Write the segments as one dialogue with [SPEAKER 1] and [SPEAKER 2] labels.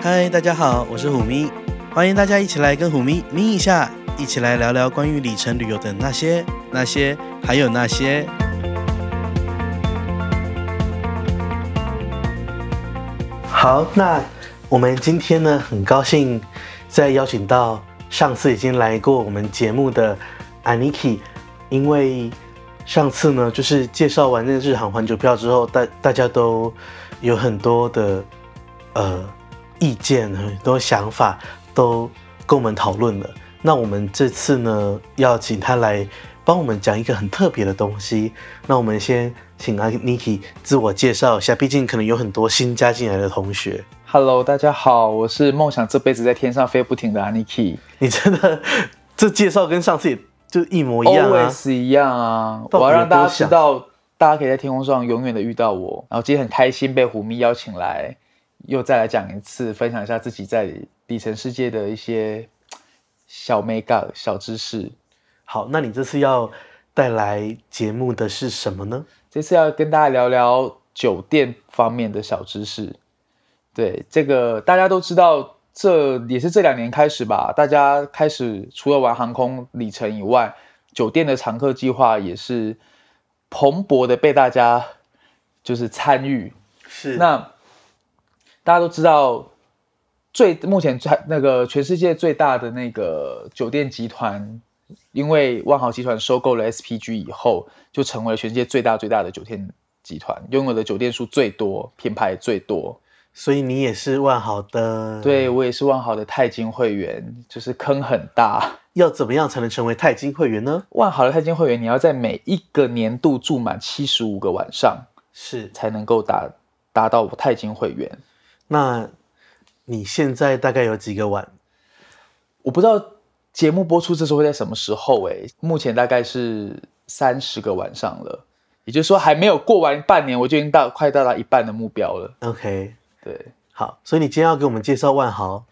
[SPEAKER 1] 嗨，大家好，我是虎咪，欢迎大家一起来跟虎咪咪一下，一起来聊聊关于里程旅游的那些、那些，还有那些。好，那我们今天呢，很高兴再邀请到上次已经来过我们节目的 Aniki，因为上次呢，就是介绍完那个日航环球票之后，大大家都有很多的呃意见、很多想法都跟我们讨论了。那我们这次呢，要请他来帮我们讲一个很特别的东西。那我们先请阿 Niki 自我介绍一下，毕竟可能有很多新加进来的同学。
[SPEAKER 2] Hello，大家好，我是梦想这辈子在天上飞不停的 Aniki，
[SPEAKER 1] 你真的这介绍跟上次也就一模一样啊
[SPEAKER 2] always 一样
[SPEAKER 1] 到底
[SPEAKER 2] 啊！
[SPEAKER 1] 有多
[SPEAKER 2] 我要让大家
[SPEAKER 1] 想
[SPEAKER 2] 知道，大家可以在天空上永远的遇到我。然后今天很开心被虎咪邀请来，又再来讲一次，分享一下自己在底层世界的一些小 mega 小知识。
[SPEAKER 1] 好，那你这次要带来节目的是什么呢？
[SPEAKER 2] 这次要跟大家聊聊酒店方面的小知识。对，这个大家都知道，这也是这两年开始吧，大家开始除了玩航空里程以外，酒店的常客计划也是蓬勃的被大家就是参与。
[SPEAKER 1] 是
[SPEAKER 2] 那大家都知道，最目前最那个全世界最大的那个酒店集团，因为万豪集团收购了 SPG 以后，就成为了全世界最大最大的酒店集团，拥有的酒店数最多，品牌最多。
[SPEAKER 1] 所以你也是万豪的，
[SPEAKER 2] 对，我也是万豪的钛金会员，就是坑很大。
[SPEAKER 1] 要怎么样才能成为钛金会员呢？
[SPEAKER 2] 万豪的钛金会员，你要在每一个年度住满七十五个晚上，
[SPEAKER 1] 是，
[SPEAKER 2] 才能够达达到钛金会员。
[SPEAKER 1] 那你现在大概有几个碗？
[SPEAKER 2] 我不知道节目播出这时候会在什么时候诶、目前大概是三十个晚上了，也就是说还没有过完半年，我就已经到快到达一半的目标了。
[SPEAKER 1] OK，
[SPEAKER 2] 对，
[SPEAKER 1] 好，所以你今天要给我们介绍万豪，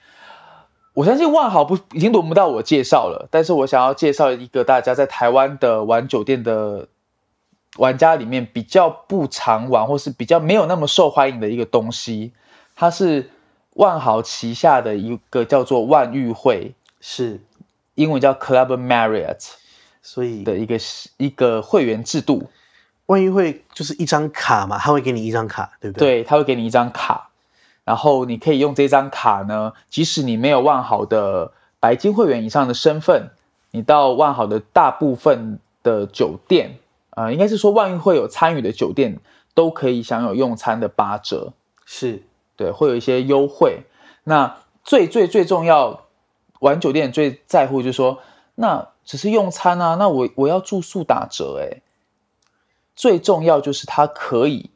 [SPEAKER 2] 我相信万豪不已经轮不到我介绍了，但是我想要介绍一个大家在台湾的玩酒店的玩家里面比较不常玩，或是比较没有那么受欢迎的一个东西，它是万豪旗下的一个叫做万裕会，
[SPEAKER 1] 是，
[SPEAKER 2] 英文叫 Club Marriott。
[SPEAKER 1] 所以
[SPEAKER 2] 的一个一个会员制度，
[SPEAKER 1] 万一会就是一张卡嘛，他会给你一张卡，对不对？对，
[SPEAKER 2] 对，他会给你一张卡，然后你可以用这张卡呢，即使你没有万豪的白金会员以上的身份，你到万豪的大部分的酒店，呃，应该是说万运会有参与的酒店都可以享有用餐的八折，
[SPEAKER 1] 是，
[SPEAKER 2] 对，会有一些优惠。那最最最重要，玩酒店最在乎就是说，那只是用餐啊，那我我要住宿打折哎、最重要就是它可以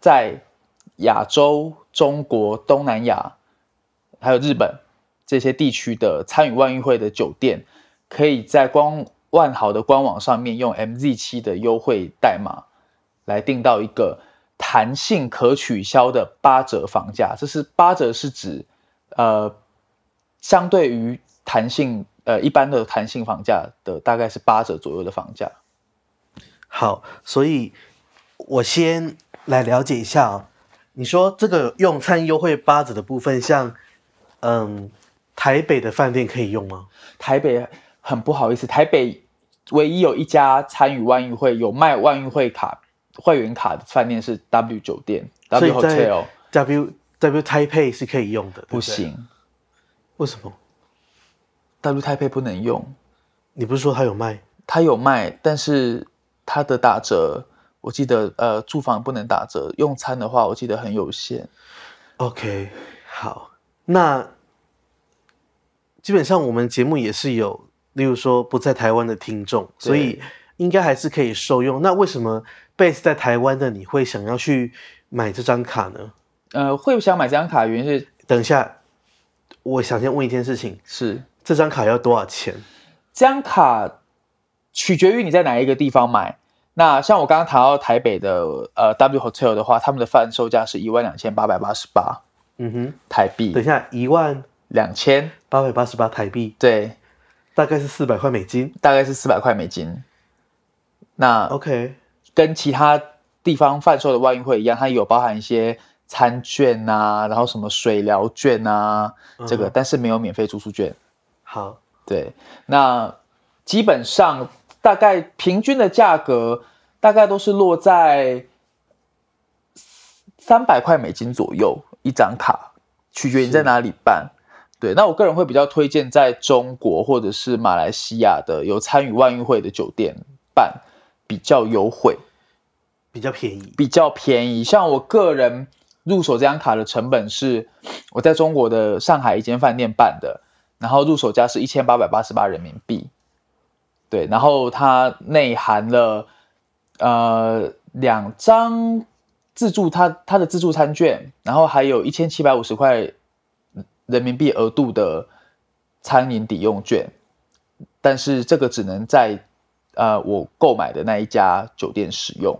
[SPEAKER 2] 在亚洲、中国、东南亚还有日本这些地区的参与万运会的酒店，可以在官万豪的官网上面用 MZ 七的优惠代码来订到一个弹性可取消的八折房价。这是八折是指呃，相对于弹性呃一般的弹性房价的大概是八折左右的房价。
[SPEAKER 1] 好，所以我先来了解一下哦。你说这个用餐优惠八折的部分，像嗯台北的饭店可以用吗？
[SPEAKER 2] 台北很不好意思，台北唯一有一家参与万运会有卖万运会卡会员卡的饭店是 W 酒店 W
[SPEAKER 1] 所以在
[SPEAKER 2] Hotel，
[SPEAKER 1] W W 台北是可以用的，对对，
[SPEAKER 2] 不行
[SPEAKER 1] 为什么？
[SPEAKER 2] ，W 台北不能用。
[SPEAKER 1] 你不是说他有卖？
[SPEAKER 2] 它有卖，但是它的打折，我记得呃住房不能打折，用餐的话我记得很有限。
[SPEAKER 1] OK，好，那基本上我们节目也是有，例如说不在台湾的听众，所以
[SPEAKER 2] 对
[SPEAKER 1] 应该还是可以受用。那为什么 base 在台湾的你会想要去买这张卡呢？
[SPEAKER 2] 呃，会想买这张卡的原因是
[SPEAKER 1] 等一下，我想先问一件事情，
[SPEAKER 2] 是
[SPEAKER 1] 这张卡要多少钱？
[SPEAKER 2] 这张卡取决于你在哪一个地方买。那像我刚刚谈到台北的呃 W Hotel 的话，他们的贩售价是一万两千八百八十八
[SPEAKER 1] 嗯哼，
[SPEAKER 2] 台币，
[SPEAKER 1] 等一下，一万
[SPEAKER 2] 两千
[SPEAKER 1] 八百八十八台币，
[SPEAKER 2] 对，
[SPEAKER 1] 大概是四百块美金。
[SPEAKER 2] 大概是四百块美金。那
[SPEAKER 1] OK，
[SPEAKER 2] 跟其他地方贩售的万运会一样，它有包含一些餐券啊，然后什么水疗券啊，这个，
[SPEAKER 1] 嗯
[SPEAKER 2] 但是没有免费住宿券。
[SPEAKER 1] 好，
[SPEAKER 2] 对，那基本上大概平均的价格大概都是落在三百块美金左右一张卡，取决于你在
[SPEAKER 1] 是
[SPEAKER 2] 哪里办。对，那我个人会比较推荐在中国或者是马来西亚的有参与万运会的酒店办比较优惠。
[SPEAKER 1] 比较便宜，
[SPEAKER 2] 比较便宜。像我个人入手这张卡的成本是我在中国的上海一间饭店办的，然后入手价是一千八百八十八人民币。对，然后它内含了呃两张自助它它的自助餐券，然后还有一千七百五十块人民币额度的餐饮抵用券，但是这个只能在呃我购买的那一家酒店使用。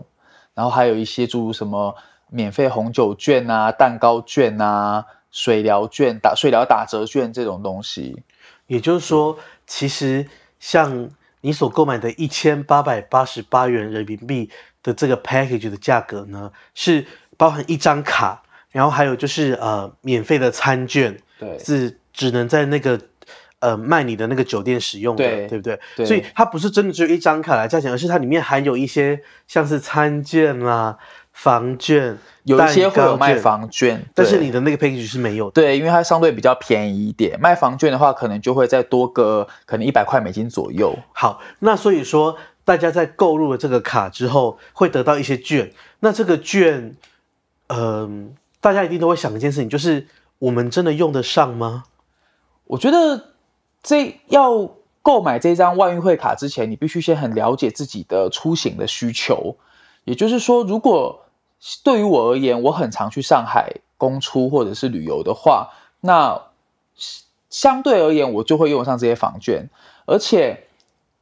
[SPEAKER 2] 然后还有一些诸如什么免费红酒券啊、蛋糕券啊、水疗券、打水疗打折券这种东西。
[SPEAKER 1] 也就是说，其实像你所购买的一千八百八十八元人民币的这个 package 的价格呢，是包含一张卡，然后还有就是呃免费的餐券，
[SPEAKER 2] 对
[SPEAKER 1] 是只能在那个呃卖你的那个酒店使用的，
[SPEAKER 2] 对
[SPEAKER 1] 不对？
[SPEAKER 2] 对
[SPEAKER 1] 所以它不是真的只有一张卡来价钱，而是它里面含有一些像是餐券啦、房券，
[SPEAKER 2] 有一些会
[SPEAKER 1] 蛋
[SPEAKER 2] 有
[SPEAKER 1] 糕
[SPEAKER 2] 卖
[SPEAKER 1] 券，
[SPEAKER 2] 房券，
[SPEAKER 1] 但是
[SPEAKER 2] 对
[SPEAKER 1] 你的那个 package 是没有的。
[SPEAKER 2] 对，因为它相对比较便宜一点，卖房券的话可能就会再多个可能一百块美金左右。
[SPEAKER 1] 好，那所以说大家在购入了这个卡之后，会得到一些券。那这个券，嗯、大家一定都会想一件事情，就是我们真的用得上吗？
[SPEAKER 2] 我觉得这要购买这张万运会卡之前，你必须先很了解自己的出行的需求。也就是说，如果对于我而言，我很常去上海公出或者是旅游的话，那相对而言，我就会用上这些房券，而且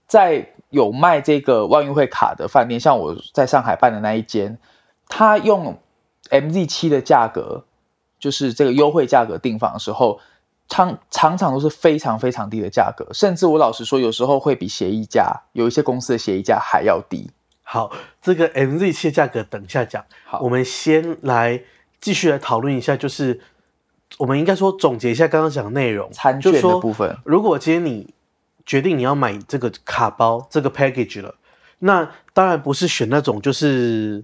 [SPEAKER 2] 在有卖这个万运会卡的饭店，像我在上海办的那一间，它用 MZ 七的价格，就是这个优惠价格订房的时候，常常常都是非常非常低的价格，甚至我老实说，有时候会比协议价，有一些公司的协议价还要低。
[SPEAKER 1] 好，这个 MZ 七的价格等一下讲，
[SPEAKER 2] 好
[SPEAKER 1] 我们先来继续来讨论一下，就是我们应该说总结一下刚刚讲的内容，
[SPEAKER 2] 餐
[SPEAKER 1] 就
[SPEAKER 2] 券
[SPEAKER 1] 是
[SPEAKER 2] 的
[SPEAKER 1] 说
[SPEAKER 2] 部分，
[SPEAKER 1] 如果今天你决定你要买这个卡包这个 package 了，那当然不是选那种就是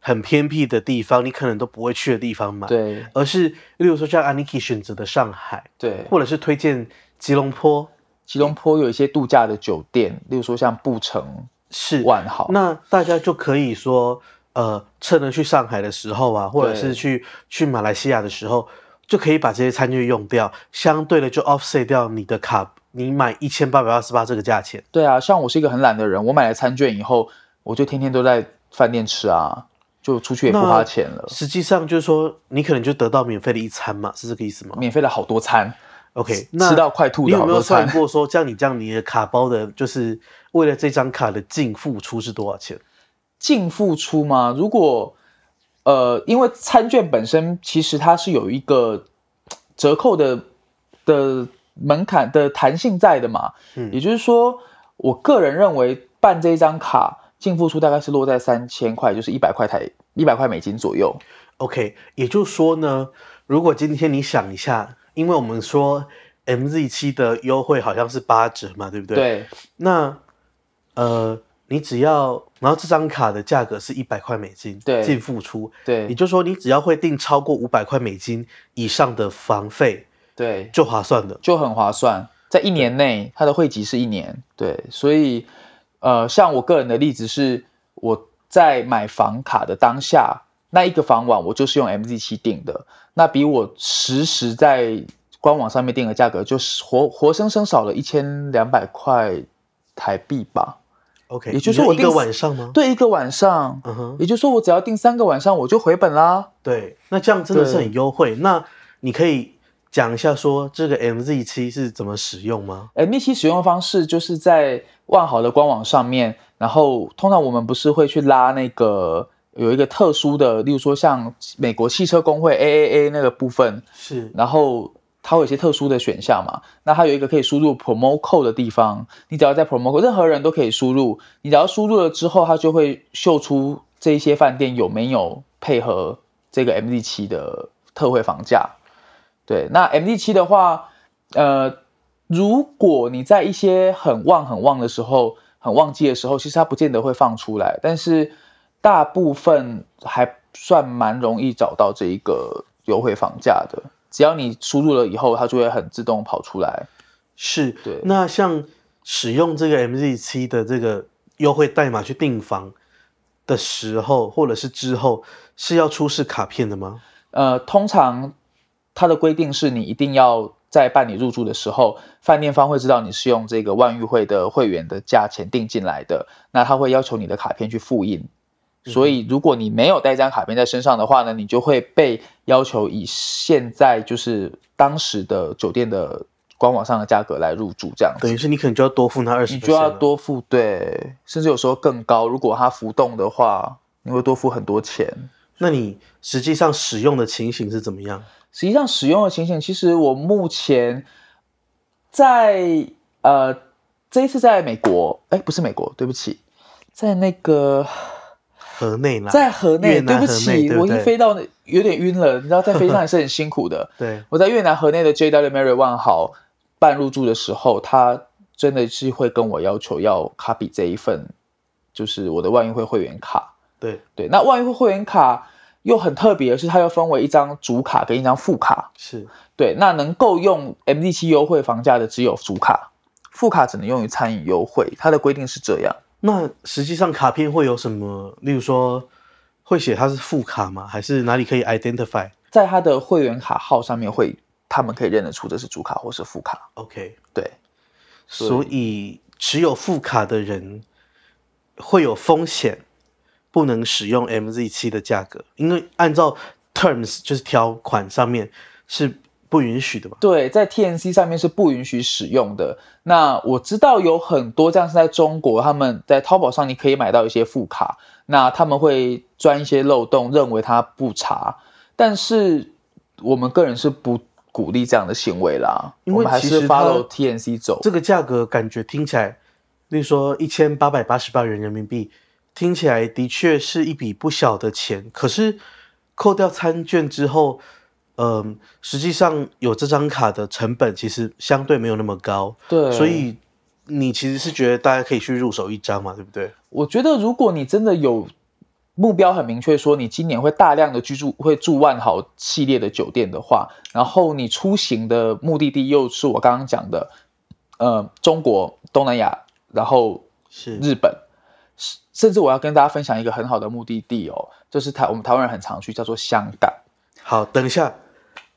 [SPEAKER 1] 很偏僻的地方，你可能都不会去的地方买，
[SPEAKER 2] 对
[SPEAKER 1] 而是例如说像 Aniki 选择的上海，
[SPEAKER 2] 对，
[SPEAKER 1] 或者是推荐吉隆坡，
[SPEAKER 2] 吉隆坡有一些度假的酒店，例如说像布城、
[SPEAKER 1] 是
[SPEAKER 2] 万豪，
[SPEAKER 1] 那大家就可以说，呃，趁着去上海的时候啊，或者是
[SPEAKER 2] 对
[SPEAKER 1] 去去马来西亚的时候，就可以把这些餐具用掉，相对的就 offset 掉你的卡，你买一千八百二十八这个价钱。
[SPEAKER 2] 对啊，像我是一个很懒的人，我买了餐券以后，我就天天都在饭店吃啊，就出去也不
[SPEAKER 1] 那
[SPEAKER 2] 花钱了，
[SPEAKER 1] 实际上就是说，你可能就得到免费的一餐嘛，是这个意思吗
[SPEAKER 2] 免费了好多餐，
[SPEAKER 1] ？OK，那
[SPEAKER 2] 吃到快吐
[SPEAKER 1] 你
[SPEAKER 2] 的
[SPEAKER 1] 有
[SPEAKER 2] 好
[SPEAKER 1] 没
[SPEAKER 2] 多
[SPEAKER 1] 有算
[SPEAKER 2] 餐。
[SPEAKER 1] 过说，像你这样，你的卡包的，就是为了这张卡的净付出是多少钱？
[SPEAKER 2] 净付出吗？如果呃，因为餐券本身其实它是有一个嘖折扣的的门槛的弹性在的嘛，
[SPEAKER 1] 嗯
[SPEAKER 2] 也就是说，我个人认为办这一张卡净付出大概是落在三千块，就是一百块台一百块美金左右。
[SPEAKER 1] OK，也就是说呢，如果今天你想一下，因为我们说 MZ 七的优惠好像是八折嘛，对不对？。
[SPEAKER 2] 对
[SPEAKER 1] 那呃，你只要，然后这张卡的价格是一百块美金，
[SPEAKER 2] 对
[SPEAKER 1] 净付出，也
[SPEAKER 2] 对
[SPEAKER 1] 就是说你只要会定超过五百块美金以上的房费
[SPEAKER 2] 对，
[SPEAKER 1] 就划算的。
[SPEAKER 2] 就很划算，在一年内，它的会籍是一年，对，所以呃，像我个人的例子是，我在买房卡的当下，那一个房晚我就是用 MZ 七定的，那比我实时在官网上面定的价格，就是活活生生少了一千两百块台币吧，
[SPEAKER 1] OK，
[SPEAKER 2] 也就是
[SPEAKER 1] 你
[SPEAKER 2] 我
[SPEAKER 1] 一
[SPEAKER 2] 定
[SPEAKER 1] 个
[SPEAKER 2] 四
[SPEAKER 1] 晚上哦吗？
[SPEAKER 2] 对，一个晚上，
[SPEAKER 1] 嗯哼，
[SPEAKER 2] 也就是说我只要定三个晚上我就回本啦。
[SPEAKER 1] 对，那这样真的是
[SPEAKER 2] 对
[SPEAKER 1] 很优惠。那你可以讲一下说这个 MZ 七是怎么使用吗？
[SPEAKER 2] 呃，密西使用的方式就是在万豪的官网上面，然后通常我们不是会去拉那个有一个特殊的，例如说像美国汽车工会 AAA 那个部分，
[SPEAKER 1] 是
[SPEAKER 2] 然后它会有一些特殊的选项嘛。那它有一个可以输入 promo code 的地方，你只要在 promo code，任何人都可以输入，你只要输入了之后，它就会秀出这一些饭店有没有配合这个 MD 七的特惠房价。对，那 MD 七的话，呃，如果你在一些很旺很旺的时候，很旺季的时候，其实它不见得会放出来，但是大部分还算蛮容易找到这一个优惠房价的。只要你输入了以后，它就会很自动跑出来。
[SPEAKER 1] 是
[SPEAKER 2] 对，
[SPEAKER 1] 那像使用这个 MZ 七的这个优惠代码去订房的时候，或者是之后，是要出示卡片的吗？
[SPEAKER 2] 呃，通常它的规定是你一定要在办理入住的时候，饭店方会知道你是用这个万裕会的会员的价钱订进来的，那他会要求你的卡片去复印。所
[SPEAKER 1] 嗯
[SPEAKER 2] 以，如果你没有带一张卡片在身上的话呢，你就会被要求以现在就是当时的酒店的官网上的价格来入住，这样子
[SPEAKER 1] 等于是你可能就要多付那二十，
[SPEAKER 2] 你就要多付对，甚至有时候更高。如果它浮动的话，你会多付很多钱。
[SPEAKER 1] 那你实际上使用的情形是怎么样？
[SPEAKER 2] 实际上使用的情形，其实我目前在呃这一次在美国，哎，不是美国，对不起，在那个
[SPEAKER 1] 河内啦，
[SPEAKER 2] 在河
[SPEAKER 1] 越
[SPEAKER 2] 内，对
[SPEAKER 1] 南
[SPEAKER 2] 不
[SPEAKER 1] 河内
[SPEAKER 2] 起，
[SPEAKER 1] 对不
[SPEAKER 2] 我一
[SPEAKER 1] 对
[SPEAKER 2] 飞到那有点晕了，你知道在飞机上也是很辛苦的。
[SPEAKER 1] 对，
[SPEAKER 2] 我在越南河内的 JW Mary One 好办入住的时候，他真的是会跟我要求要卡比这一份，就是我的万运会会员卡。
[SPEAKER 1] 对，
[SPEAKER 2] 对，那万运会会员卡又很特别的是，它又分为一张主卡跟一张副卡。
[SPEAKER 1] 是，
[SPEAKER 2] 对，那能够用 MD 七优惠房价的只有主卡，副卡只能用于餐饮优惠，它的规定是这样。
[SPEAKER 1] 那实际上卡片会有什么？例如说，会写它是副卡吗？还是哪里可以 identify？OK，、
[SPEAKER 2] 在它的会员卡号上面会，他们可以认得出这是主卡或是副卡。
[SPEAKER 1] OK
[SPEAKER 2] 对，
[SPEAKER 1] 所以持有副卡的人会有风险，不能使用 MZ 七的价格，因为按照 terms 就是条款上面是不允许的嘛。
[SPEAKER 2] 对，在 TNC 上面是不允许使用的。那我知道有很多这样是在中国，他们在淘宝上你可以买到一些副卡，那他们会钻一些漏洞，认为它不查，但是我们个人是不鼓励这样的行为啦。
[SPEAKER 1] 因为
[SPEAKER 2] 我们还
[SPEAKER 1] 其
[SPEAKER 2] 是
[SPEAKER 1] 实它
[SPEAKER 2] follow TNC 走。
[SPEAKER 1] 这个价格感觉听起来，例如说一千八百八十八元人民币，听起来的确是一笔不小的钱。可是扣掉餐券之后，嗯、实际上有这张卡的成本其实相对没有那么高，
[SPEAKER 2] 对，
[SPEAKER 1] 所以你其实是觉得大家可以去入手一张嘛，对不对？
[SPEAKER 2] 我觉得，如果你真的有目标很明确，说你今年会大量的居住，会住万豪系列的酒店的话，然后你出行的目的地又是我刚刚讲的，呃，中国、东南亚，然后
[SPEAKER 1] 是
[SPEAKER 2] 日本，甚甚至我要跟大家分享一个很好的目的地哦，就是台我们台湾人很常去，叫做香港。
[SPEAKER 1] 好，等一下，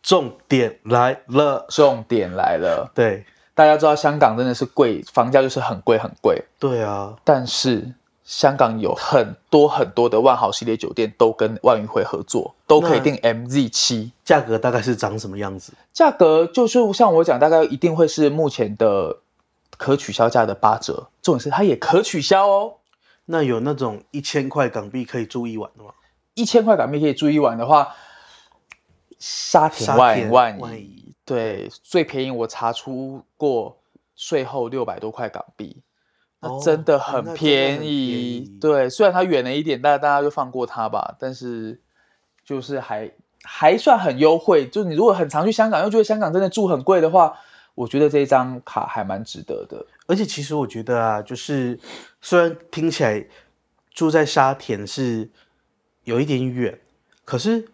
[SPEAKER 1] 重点来了，
[SPEAKER 2] 重点来了，
[SPEAKER 1] 对
[SPEAKER 2] 大家知道香港真的是贵，房价就是很贵很贵，
[SPEAKER 1] 对啊，
[SPEAKER 2] 但是香港有很多很多的万豪系列酒店都跟万裕会合作，都可以订 MZ 七，
[SPEAKER 1] 价格大概是长什么样子？
[SPEAKER 2] 价格就是像我讲，大概一定会是目前的可取消价的八折。重点是它也可取消哦，
[SPEAKER 1] 那有那种一千块港币可以住一晚的吗？
[SPEAKER 2] 一千块港币可以住一晚的话，沙田
[SPEAKER 1] 沙
[SPEAKER 2] 万
[SPEAKER 1] 田
[SPEAKER 2] 万
[SPEAKER 1] 万
[SPEAKER 2] 怡对最便宜，我查出过税后六百多块港币。那
[SPEAKER 1] 哦
[SPEAKER 2] 真的
[SPEAKER 1] 那
[SPEAKER 2] 很
[SPEAKER 1] 真的很
[SPEAKER 2] 便
[SPEAKER 1] 便
[SPEAKER 2] 宜，
[SPEAKER 1] 宜
[SPEAKER 2] 对，虽然它远了一点，但大家就放过它吧。但是就是还还算很优惠，就你如果很常去香港，又觉得香港真的住很贵的话，我觉得这一张卡还蛮值得的。
[SPEAKER 1] 而且其实我觉得啊，就是虽然听起来住在沙田是有一点远，可是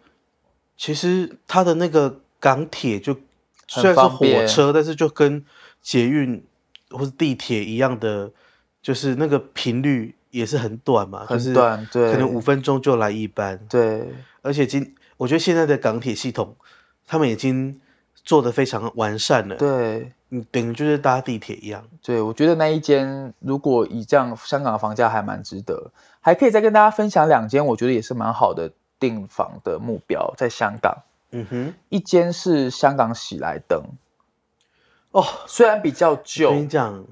[SPEAKER 1] 其实它的那个港铁就虽然是
[SPEAKER 2] 方便
[SPEAKER 1] 火车，但是就跟捷运或是地铁一样的，就是那个频率也是很短嘛，
[SPEAKER 2] 很
[SPEAKER 1] 就是
[SPEAKER 2] 短对
[SPEAKER 1] 可能五分钟就来一班。
[SPEAKER 2] 对，
[SPEAKER 1] 而且今我觉得现在的港铁系统，他们已经做得非常完善了，
[SPEAKER 2] 对，
[SPEAKER 1] 你嗯等于就是搭地铁一样。
[SPEAKER 2] 对，我觉得那一间如果以这样香港的房价还蛮值得，还可以再跟大家分享两间，我觉得也是蛮好的订房的目标，在香港，
[SPEAKER 1] 嗯哼，
[SPEAKER 2] 一间是香港喜来登，
[SPEAKER 1] 哦，
[SPEAKER 2] 虽然比较
[SPEAKER 1] 我
[SPEAKER 2] 旧，
[SPEAKER 1] 跟你讲，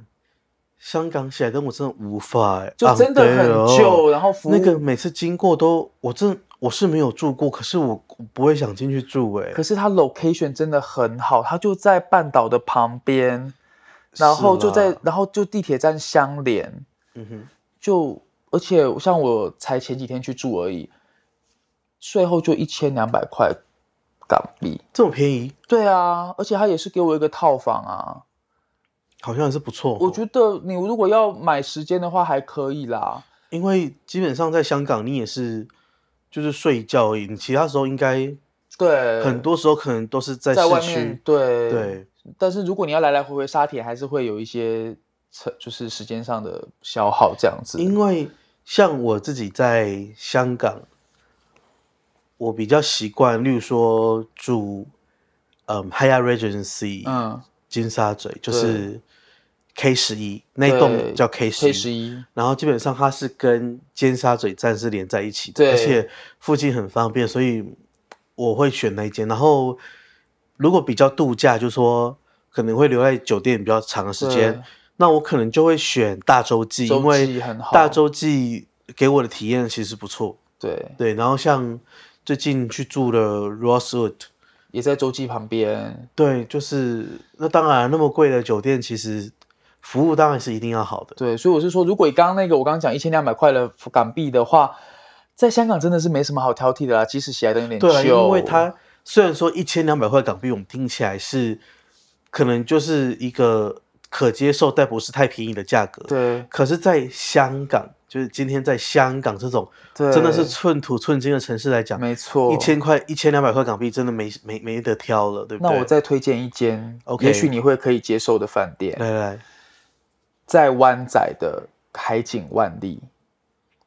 [SPEAKER 1] 香港喜来登我真的无法、欸，
[SPEAKER 2] 就真的很
[SPEAKER 1] unbearable
[SPEAKER 2] 旧，然后服务
[SPEAKER 1] 那个每次经过都，我真我是没有住过，可是我我不会想进去住、欸，
[SPEAKER 2] 可是它 location 真的很好，它就在半岛的旁边，然后就在
[SPEAKER 1] 是啦，
[SPEAKER 2] 然后就地铁站相连，
[SPEAKER 1] 嗯哼，
[SPEAKER 2] 就而且像我才前几天去住而已，税后就一千两百块港币。
[SPEAKER 1] 这么便宜，
[SPEAKER 2] 对啊，而且他也是给我一个套房啊。
[SPEAKER 1] 好像也是不错哦。
[SPEAKER 2] 我觉得你如果要买时间的话，还可以啦。
[SPEAKER 1] 因为基本上在香港，你也是就是睡觉而已，你其他时候应该
[SPEAKER 2] 对，
[SPEAKER 1] 很多时候可能都是在
[SPEAKER 2] 呃在外
[SPEAKER 1] 市
[SPEAKER 2] 面
[SPEAKER 1] 区。
[SPEAKER 2] 对。
[SPEAKER 1] 对，
[SPEAKER 2] 但是如果你要来来回回沙铁，还是会有一些成就是时间上的消耗这样子。
[SPEAKER 1] 因为像我自己在香港，我比较习惯，例如说住嗯 Higher Regency，、
[SPEAKER 2] 嗯
[SPEAKER 1] 金沙咀就是 K 十一那一栋
[SPEAKER 2] 对
[SPEAKER 1] 叫 K
[SPEAKER 2] ，K
[SPEAKER 1] 十
[SPEAKER 2] 十
[SPEAKER 1] 一，
[SPEAKER 2] 一，
[SPEAKER 1] 然后基本上它是跟尖沙咀站是连在一起的，
[SPEAKER 2] 对
[SPEAKER 1] 而且附近很方便，所以我会选那一间。然后如果比较度假，就说可能会留在酒店比较长的时间
[SPEAKER 2] 对，
[SPEAKER 1] 那我可能就会选大洲际，
[SPEAKER 2] 洲
[SPEAKER 1] 因为
[SPEAKER 2] 际很好
[SPEAKER 1] 大洲际给我的体验其实不错。
[SPEAKER 2] 对，
[SPEAKER 1] 对，然后像最近去住的 Rosewood，
[SPEAKER 2] 也在洲际旁边。
[SPEAKER 1] 对，就是那当然那么贵的酒店，其实服务当然是一定要好的。
[SPEAKER 2] 对，所以我是说，如果你刚刚那个我刚刚讲一千两百块的港币的话，在香港真的是没什么好挑剔的啦，即使喜来登有点
[SPEAKER 1] 对啊，
[SPEAKER 2] 旧，
[SPEAKER 1] 因为它虽然说一千两百块港币，我们听起来是可能就是一个可接受但不是太便宜的价格。，
[SPEAKER 2] 对
[SPEAKER 1] 可是，在香港，就是今天在香港这种
[SPEAKER 2] 对
[SPEAKER 1] 真的是寸土寸金的城市来讲，
[SPEAKER 2] 没错
[SPEAKER 1] 一。千块、一千两百块港币真的没没没得挑了，对不
[SPEAKER 2] 那
[SPEAKER 1] 对？
[SPEAKER 2] 我再推荐一间
[SPEAKER 1] OK
[SPEAKER 2] 也许你会可以接受的饭店，
[SPEAKER 1] 来来，
[SPEAKER 2] 在湾仔的海景万丽，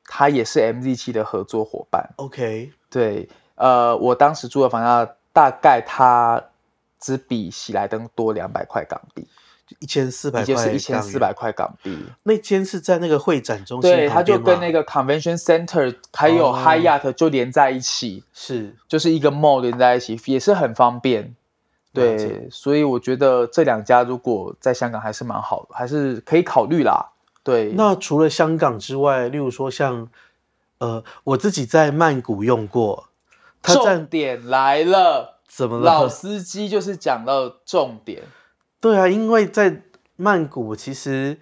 [SPEAKER 2] 它也是 MZ 七的合作伙伴。
[SPEAKER 1] ，OK，
[SPEAKER 2] 对，呃，我当时住的房价大概它只比喜来登多两百块港币，
[SPEAKER 1] 一千四百
[SPEAKER 2] 一
[SPEAKER 1] 块，
[SPEAKER 2] 间是一千四。百块港币。
[SPEAKER 1] 那间是在那个会展中心旁
[SPEAKER 2] 对，
[SPEAKER 1] 边嘛，
[SPEAKER 2] 它就跟那个 Convention Center 还有
[SPEAKER 1] 哦
[SPEAKER 2] Hyatt 就连在一起，
[SPEAKER 1] 是
[SPEAKER 2] 就是一个 mall 连在一起，也是很方便。
[SPEAKER 1] 了解
[SPEAKER 2] 对，所以我觉得这两家如果在香港还是蛮好的，还是可以考虑啦。对，
[SPEAKER 1] 那除了香港之外，例如说像，呃，我自己在曼谷用过，它
[SPEAKER 2] 重
[SPEAKER 1] 在
[SPEAKER 2] 点来了，
[SPEAKER 1] 怎么
[SPEAKER 2] 老
[SPEAKER 1] 了？
[SPEAKER 2] 司机就是讲到重点，
[SPEAKER 1] 对啊，因为在曼谷其实，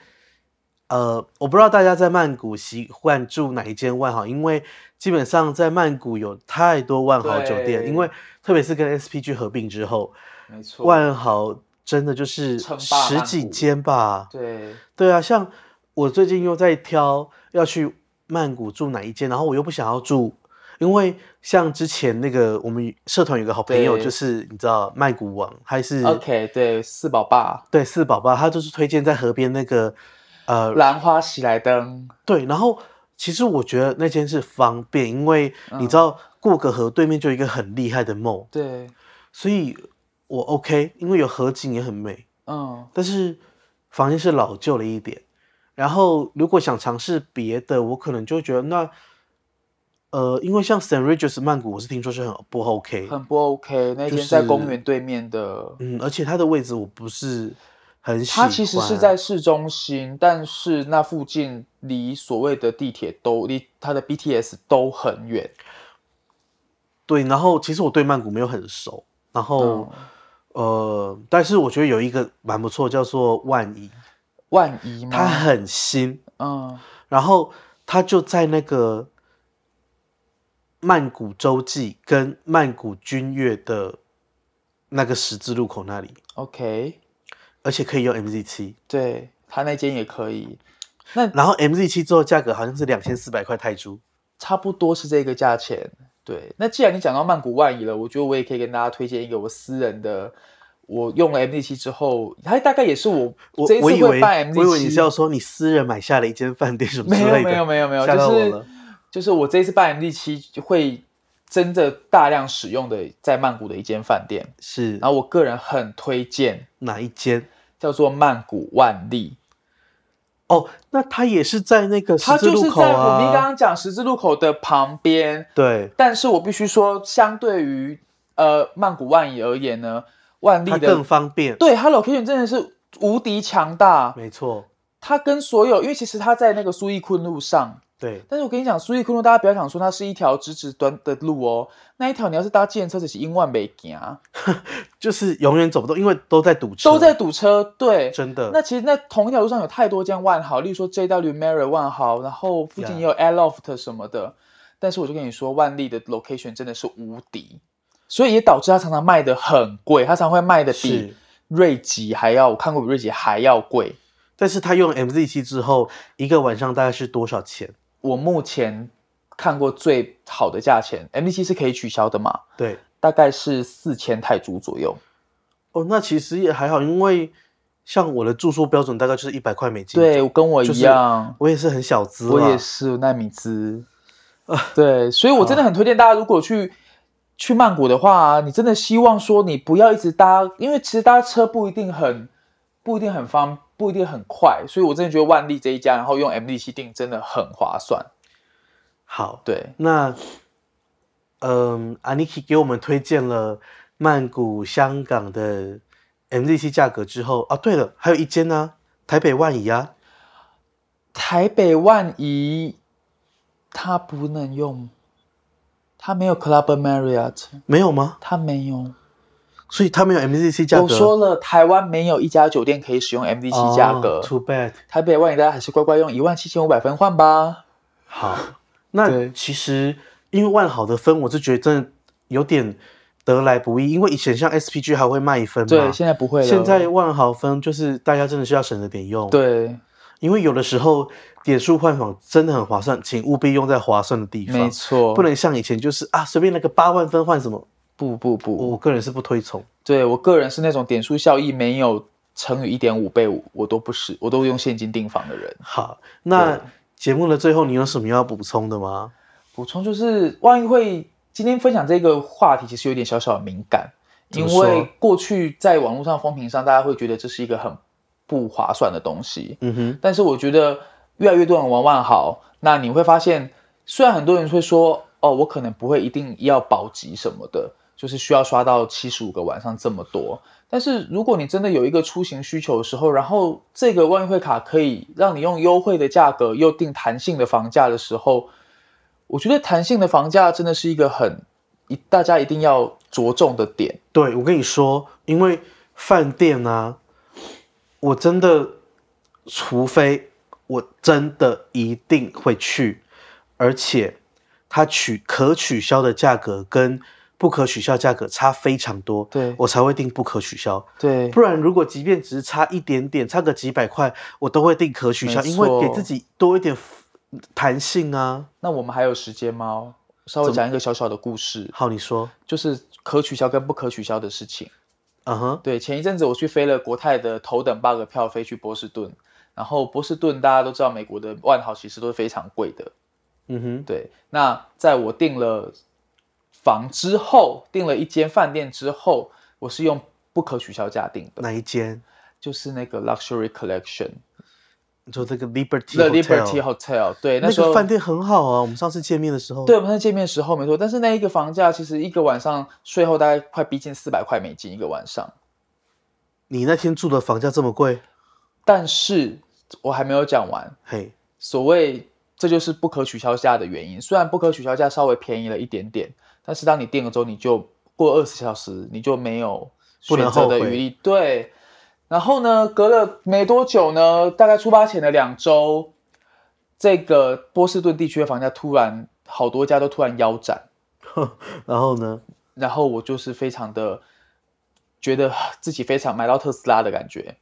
[SPEAKER 1] 呃，我不知道大家在曼谷习惯住哪一间万豪，因为基本上在曼谷有太多万豪酒店，
[SPEAKER 2] 对
[SPEAKER 1] 因为特别是跟 SPG 合并之后，
[SPEAKER 2] 没错。
[SPEAKER 1] 万豪真的就是
[SPEAKER 2] 称霸
[SPEAKER 1] 十
[SPEAKER 2] 曼
[SPEAKER 1] 几
[SPEAKER 2] 谷
[SPEAKER 1] 间吧，
[SPEAKER 2] 对，
[SPEAKER 1] 对啊，像我最近又在挑要去曼谷住哪一间，然后我又不想要住，因为像之前那个我们社团有个好朋友，
[SPEAKER 2] 对哦
[SPEAKER 1] 就是你知道曼谷王还是
[SPEAKER 2] OK，对，四宝爸、
[SPEAKER 1] 对四宝宝，他就是推荐在河边那个呃
[SPEAKER 2] 兰花、喜来登，
[SPEAKER 1] 对，然后其实我觉得那间是方便，因为你知道过个河对面就有一个很厉害的 mall，
[SPEAKER 2] 对，
[SPEAKER 1] 所以我 OK，因为有河景也很美。
[SPEAKER 2] 嗯，
[SPEAKER 1] 但是房间是老旧了一点。然后如果想尝试别的，我可能就觉得那，呃，因为像 St. Regis 曼谷，我是听说是很不 OK，
[SPEAKER 2] 很不 OK。那
[SPEAKER 1] 就
[SPEAKER 2] 间在公
[SPEAKER 1] 是
[SPEAKER 2] 园对面的，
[SPEAKER 1] 嗯，而且它的位置我不是很喜
[SPEAKER 2] 它
[SPEAKER 1] 欢。
[SPEAKER 2] 其实是在市中心，但是那附近离所谓的地铁都离它的 BTS 都很远。
[SPEAKER 1] 对，然后其实我对曼谷没有很熟，然
[SPEAKER 2] 嗯
[SPEAKER 1] 后、呃，但是我觉得有一个蛮不错，叫做万怡，
[SPEAKER 2] 万怡吗？
[SPEAKER 1] 它很新，
[SPEAKER 2] 嗯，
[SPEAKER 1] 然后它就在那个曼谷洲际跟曼谷君悦的那个十字路口那里，
[SPEAKER 2] OK，
[SPEAKER 1] 而且可以用 MZ 七。
[SPEAKER 2] 对，它那间也可以。那
[SPEAKER 1] 然后 MZ 七之后价格好像是两千四百块泰铢。
[SPEAKER 2] 差不多是这个价钱。对，那既然你讲到曼谷万怡了，我觉得我也可以跟大家推荐一个我私人的，我用了 M D 七之后，它大概也是我
[SPEAKER 1] 我
[SPEAKER 2] 这一
[SPEAKER 1] 我
[SPEAKER 2] 次
[SPEAKER 1] 以为
[SPEAKER 2] 会办 M
[SPEAKER 1] 我以
[SPEAKER 2] D
[SPEAKER 1] 为你是要
[SPEAKER 2] 七，
[SPEAKER 1] 说你私人买下了一间饭店什么
[SPEAKER 2] 没
[SPEAKER 1] 之
[SPEAKER 2] 有
[SPEAKER 1] 类的，
[SPEAKER 2] 没有没有没有，
[SPEAKER 1] 吓
[SPEAKER 2] 就
[SPEAKER 1] 到我
[SPEAKER 2] 是
[SPEAKER 1] 了。
[SPEAKER 2] 就是我这一次办 M D 七会真的大量使用的在曼谷的一间饭店，
[SPEAKER 1] 是
[SPEAKER 2] 然后我个人很推荐，
[SPEAKER 1] 哪一间？
[SPEAKER 2] 叫做曼谷万丽，
[SPEAKER 1] 哦，那它也是在那个十
[SPEAKER 2] 它
[SPEAKER 1] 字
[SPEAKER 2] 就
[SPEAKER 1] 路
[SPEAKER 2] 是
[SPEAKER 1] 口
[SPEAKER 2] 在我们刚
[SPEAKER 1] 啊。
[SPEAKER 2] 刚讲十字路口的旁边，
[SPEAKER 1] 对，
[SPEAKER 2] 但是我必须说，相对于呃曼谷万怡而言呢，万丽
[SPEAKER 1] 它
[SPEAKER 2] 的
[SPEAKER 1] 更方便。
[SPEAKER 2] 对它 location 真的是无敌强大。
[SPEAKER 1] 没错，
[SPEAKER 2] 它跟所有，因为其实它在那个苏伊坤路上，
[SPEAKER 1] 对，
[SPEAKER 2] 但是我跟你讲，苏伊坤路大家不要想说它是一条直直端的路哦，那一条你要是搭计程车，只是因万没行，啊
[SPEAKER 1] 就是永远走不动，因为都在堵车，
[SPEAKER 2] 都在堵车。对，
[SPEAKER 1] 真的。
[SPEAKER 2] 那其实，在同一条路上有太多间万豪，例如说 JW Mary 万豪，然后附近也有 Aloft 什么的。但是我就跟你说，万丽的 location 真的是无敌，所以也导致它常常卖的很贵，它常常会卖的比
[SPEAKER 1] 是，
[SPEAKER 2] 瑞吉还要，我看过比瑞吉还要贵。
[SPEAKER 1] 但是他用 MZC 之后，一个晚上大概是多少钱？
[SPEAKER 2] 我目前看过最好的价钱，MDC 是可以取消的嘛？
[SPEAKER 1] 对，
[SPEAKER 2] 大概是四千泰铢左右。
[SPEAKER 1] 哦，那其实也还好，因为像我的住宿标准大概就是一百块美金，
[SPEAKER 2] 对，跟我
[SPEAKER 1] 就
[SPEAKER 2] 一
[SPEAKER 1] 是
[SPEAKER 2] 样，
[SPEAKER 1] 我也是啊很小资啦，
[SPEAKER 2] 我也是奈米兹。对，所以我真的很推荐大家，如果去去曼谷的话、你真的希望说你不要一直搭，因为其实搭车不一定很不一定很方，不一定很快，所以我真的觉得万利这一家，然后用 MDC 订真的很划算。
[SPEAKER 1] 好。
[SPEAKER 2] 对，
[SPEAKER 1] 那，嗯，Aniki 给我们推荐了曼谷、香港的 MZC 价格之后，啊，对了，还有一间呢、台北万怡啊，
[SPEAKER 2] 台北万怡它不能用，它没有 Club Marriott，
[SPEAKER 1] 没有吗？
[SPEAKER 2] 它没有。
[SPEAKER 1] 所以它没有 MZC 价格。
[SPEAKER 2] 我说了，台湾没有一家酒店可以使用 MDC 价格。
[SPEAKER 1] 哦、，Too bad。
[SPEAKER 2] 台北万怡大家还是乖乖用一万七千五百分换吧。
[SPEAKER 1] 好，那
[SPEAKER 2] 对
[SPEAKER 1] 其实因为万豪的分，我是觉得真的有点得来不易，因为以前像 SPG 还会卖一分嘛，
[SPEAKER 2] 对，现在不会了。
[SPEAKER 1] 现在万豪分就是大家真的是要省着点用，，
[SPEAKER 2] 对，
[SPEAKER 1] 因为有的时候点数换房真的很划算，请务必用在划算的地
[SPEAKER 2] 没
[SPEAKER 1] 方，
[SPEAKER 2] 错，
[SPEAKER 1] 不能像以前就是啊随便那个八万分换什么，
[SPEAKER 2] 不不
[SPEAKER 1] 我
[SPEAKER 2] 不，
[SPEAKER 1] 我个人是不推崇。
[SPEAKER 2] 对我个人是那种点数效益没有乘以一点五倍，我我都不是，我都用现金订房的人。
[SPEAKER 1] 好，那
[SPEAKER 2] 对
[SPEAKER 1] 节目的最后你有什么要补充的吗？
[SPEAKER 2] 补充就是，万一会今天分享这个话题，其实有点小小敏感，
[SPEAKER 1] 怎么
[SPEAKER 2] 因
[SPEAKER 1] 说
[SPEAKER 2] 为过去在网络上风评上，大家会觉得这是一个很不划算的东西。
[SPEAKER 1] 嗯哼，
[SPEAKER 2] 但是我觉得越来越多人玩万豪，那你会发现，虽然很多人会说，哦，我可能不会一定要保级什么的，就是需要刷到七十五个晚上这么多。但是如果你真的有一个出行需求的时候，然后这个万运会卡可以让你用优惠的价格又定弹性的房价的时候，我觉得弹性的房价真的是一个很一大家一定要着重的点。
[SPEAKER 1] 对，我跟你说，因为饭店啊，我真的，除非我真的一定会去，而且它取可取消的价格跟不可取消价格差非常多，
[SPEAKER 2] 对
[SPEAKER 1] 我才会定不可取消。
[SPEAKER 2] 对
[SPEAKER 1] 不然，如果即便只是差一点点，差个几百块，我都会定可取消，
[SPEAKER 2] 没
[SPEAKER 1] 因为给
[SPEAKER 2] 错
[SPEAKER 1] 自己多一点弹性啊。
[SPEAKER 2] 那我们还有时间吗？稍微讲一个小小的故事。
[SPEAKER 1] 好，你说，
[SPEAKER 2] 就是可取消跟不可取消的事情。
[SPEAKER 1] 嗯哼，
[SPEAKER 2] 对，前一阵子我去飞了国泰的头等 bug 票，飞去波士顿。然后波士顿大家都知道，美国的万豪其实都是非常贵的。
[SPEAKER 1] 嗯哼，
[SPEAKER 2] 对，那在我订了房之后，订了一间饭店之后，我是用不可取消价订的，
[SPEAKER 1] 哪一间？
[SPEAKER 2] 就是那个 Luxury Collection
[SPEAKER 1] 你说这个 Liberty
[SPEAKER 2] The
[SPEAKER 1] Hotel
[SPEAKER 2] Liberty Hotel。对，
[SPEAKER 1] 那
[SPEAKER 2] 时候
[SPEAKER 1] 个饭店很好啊，我们上次见面的时候，
[SPEAKER 2] 对，我们在见面的时候没错，但是那一个房价其实一个晚上税后大概快逼近四百块美金一个晚上。
[SPEAKER 1] 你那天住的房价这么贵，
[SPEAKER 2] 但是我还没有讲完，
[SPEAKER 1] 嘿，
[SPEAKER 2] 所谓这就是不可取消价的原因。虽然不可取消价稍微便宜了一点点，但是当你订了之后，你就过二十小时，你就没有
[SPEAKER 1] 不能
[SPEAKER 2] 选择的
[SPEAKER 1] 后悔
[SPEAKER 2] 余地。对。然后呢，隔了没多久呢，大概出发前的两周，这个波士顿地区的房价突然好多家都突然腰斩，
[SPEAKER 1] 然后呢，
[SPEAKER 2] 然后我就是非常的觉得自己非常买到特斯拉的感觉。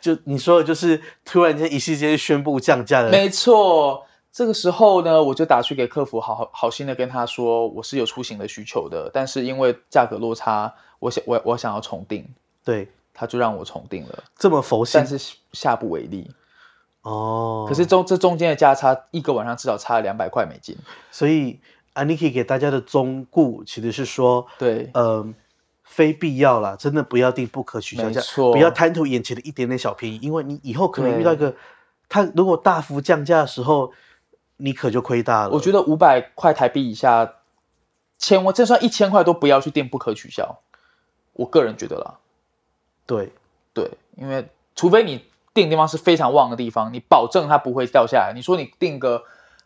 [SPEAKER 1] 就你说的就是突然间一夕间宣布降价的，
[SPEAKER 2] 没错，这个时候呢，我就打去给客服好，好好心的跟他说，我是有出行的需求的，但是因为价格落差，我想我我想要重订，
[SPEAKER 1] 对，
[SPEAKER 2] 他就让我重订了，
[SPEAKER 1] 这么佛
[SPEAKER 2] 但
[SPEAKER 1] 心
[SPEAKER 2] 是下不为例。
[SPEAKER 1] 哦。
[SPEAKER 2] 可是，中这中间的价差，一个晚上至少差了两百块美金。
[SPEAKER 1] 所以 Aniki 给大家的忠告其实是说，
[SPEAKER 2] 对，
[SPEAKER 1] 嗯。非必要啦，真的不要定不可取消
[SPEAKER 2] 没
[SPEAKER 1] 价，
[SPEAKER 2] 错
[SPEAKER 1] 不要贪图眼前的一点点小便宜，因为你以后可能遇到一个，它如果大幅降价的时候，你可就亏大了。
[SPEAKER 2] 我觉得五百块台币以下，千万就算一千块都不要去订不可取消，我个人觉得啦。
[SPEAKER 1] 对，
[SPEAKER 2] 对，因为除非你定的地方是非常旺的地方，你保证它不会掉下来。你说你定个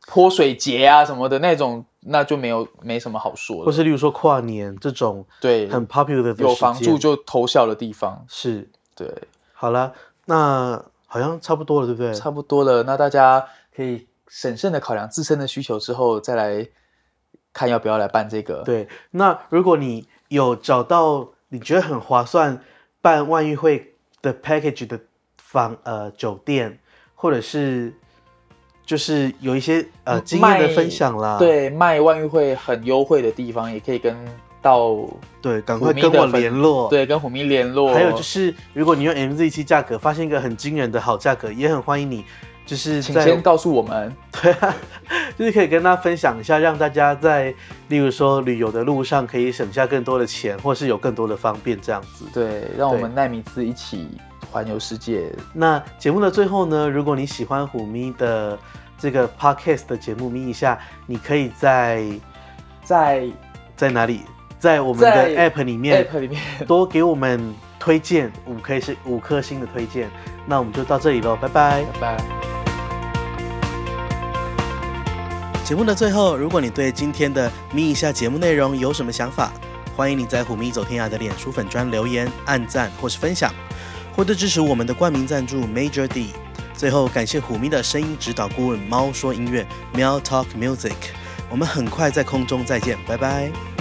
[SPEAKER 2] 泼水节啊什么的那种，那就没有没什么好说
[SPEAKER 1] 或
[SPEAKER 2] 的。
[SPEAKER 1] 是例如说跨年这种
[SPEAKER 2] 对，
[SPEAKER 1] 很 popular 的
[SPEAKER 2] 有
[SPEAKER 1] 时
[SPEAKER 2] 房
[SPEAKER 1] 间
[SPEAKER 2] 住就偷笑的地方。
[SPEAKER 1] 是
[SPEAKER 2] 对，
[SPEAKER 1] 好啦，那好像差不多了，对不对？
[SPEAKER 2] 差不多了。那大家可以审慎的考量自身的需求之后，再来看要不要来办这个。，
[SPEAKER 1] 对，那如果你有找到你觉得很划算办万运会的 package 的房呃酒店，或者是就是有一些呃经验的分享啦，
[SPEAKER 2] 对，卖万运会很优惠的地方，也可以跟到
[SPEAKER 1] 对，赶快
[SPEAKER 2] 虎迷
[SPEAKER 1] 跟
[SPEAKER 2] 的
[SPEAKER 1] 我
[SPEAKER 2] 粉
[SPEAKER 1] 联络。，
[SPEAKER 2] 对跟虎迷联络。
[SPEAKER 1] 哦还有就是如果你用 MZ 价格发现一个很惊人的好价格，也很欢迎你就是
[SPEAKER 2] 请
[SPEAKER 1] 在
[SPEAKER 2] 先告诉我们，
[SPEAKER 1] 对啊， 就是可以跟大家分享一下，让大家在例如说旅游的路上可以省下更多的钱，或是有更多的方便这样子。
[SPEAKER 2] 对，让我
[SPEAKER 1] 对
[SPEAKER 2] 们奈米兹一起环游世界。
[SPEAKER 1] 那节目的最后呢，如果你喜欢虎咪的这个 podcast 的节目咪一下，你可以在
[SPEAKER 2] 在
[SPEAKER 1] 在哪里，在我们的
[SPEAKER 2] 在哎
[SPEAKER 1] app 里面
[SPEAKER 2] App 里面，
[SPEAKER 1] 多给我们推荐五颗星五颗星的推荐。那我们就到这里喽，拜 拜。
[SPEAKER 2] 拜拜。
[SPEAKER 1] 节目的最后，如果你对今天的咪一下节目内容有什么想法，欢迎你在虎咪走天涯的脸书粉专留言、按赞或是分享，或者支持我们的冠名赞助 Major D。最后，感谢虎咪的声音指导顾问猫说音乐 Meow Talk Music。我们很快在空中再见，拜拜。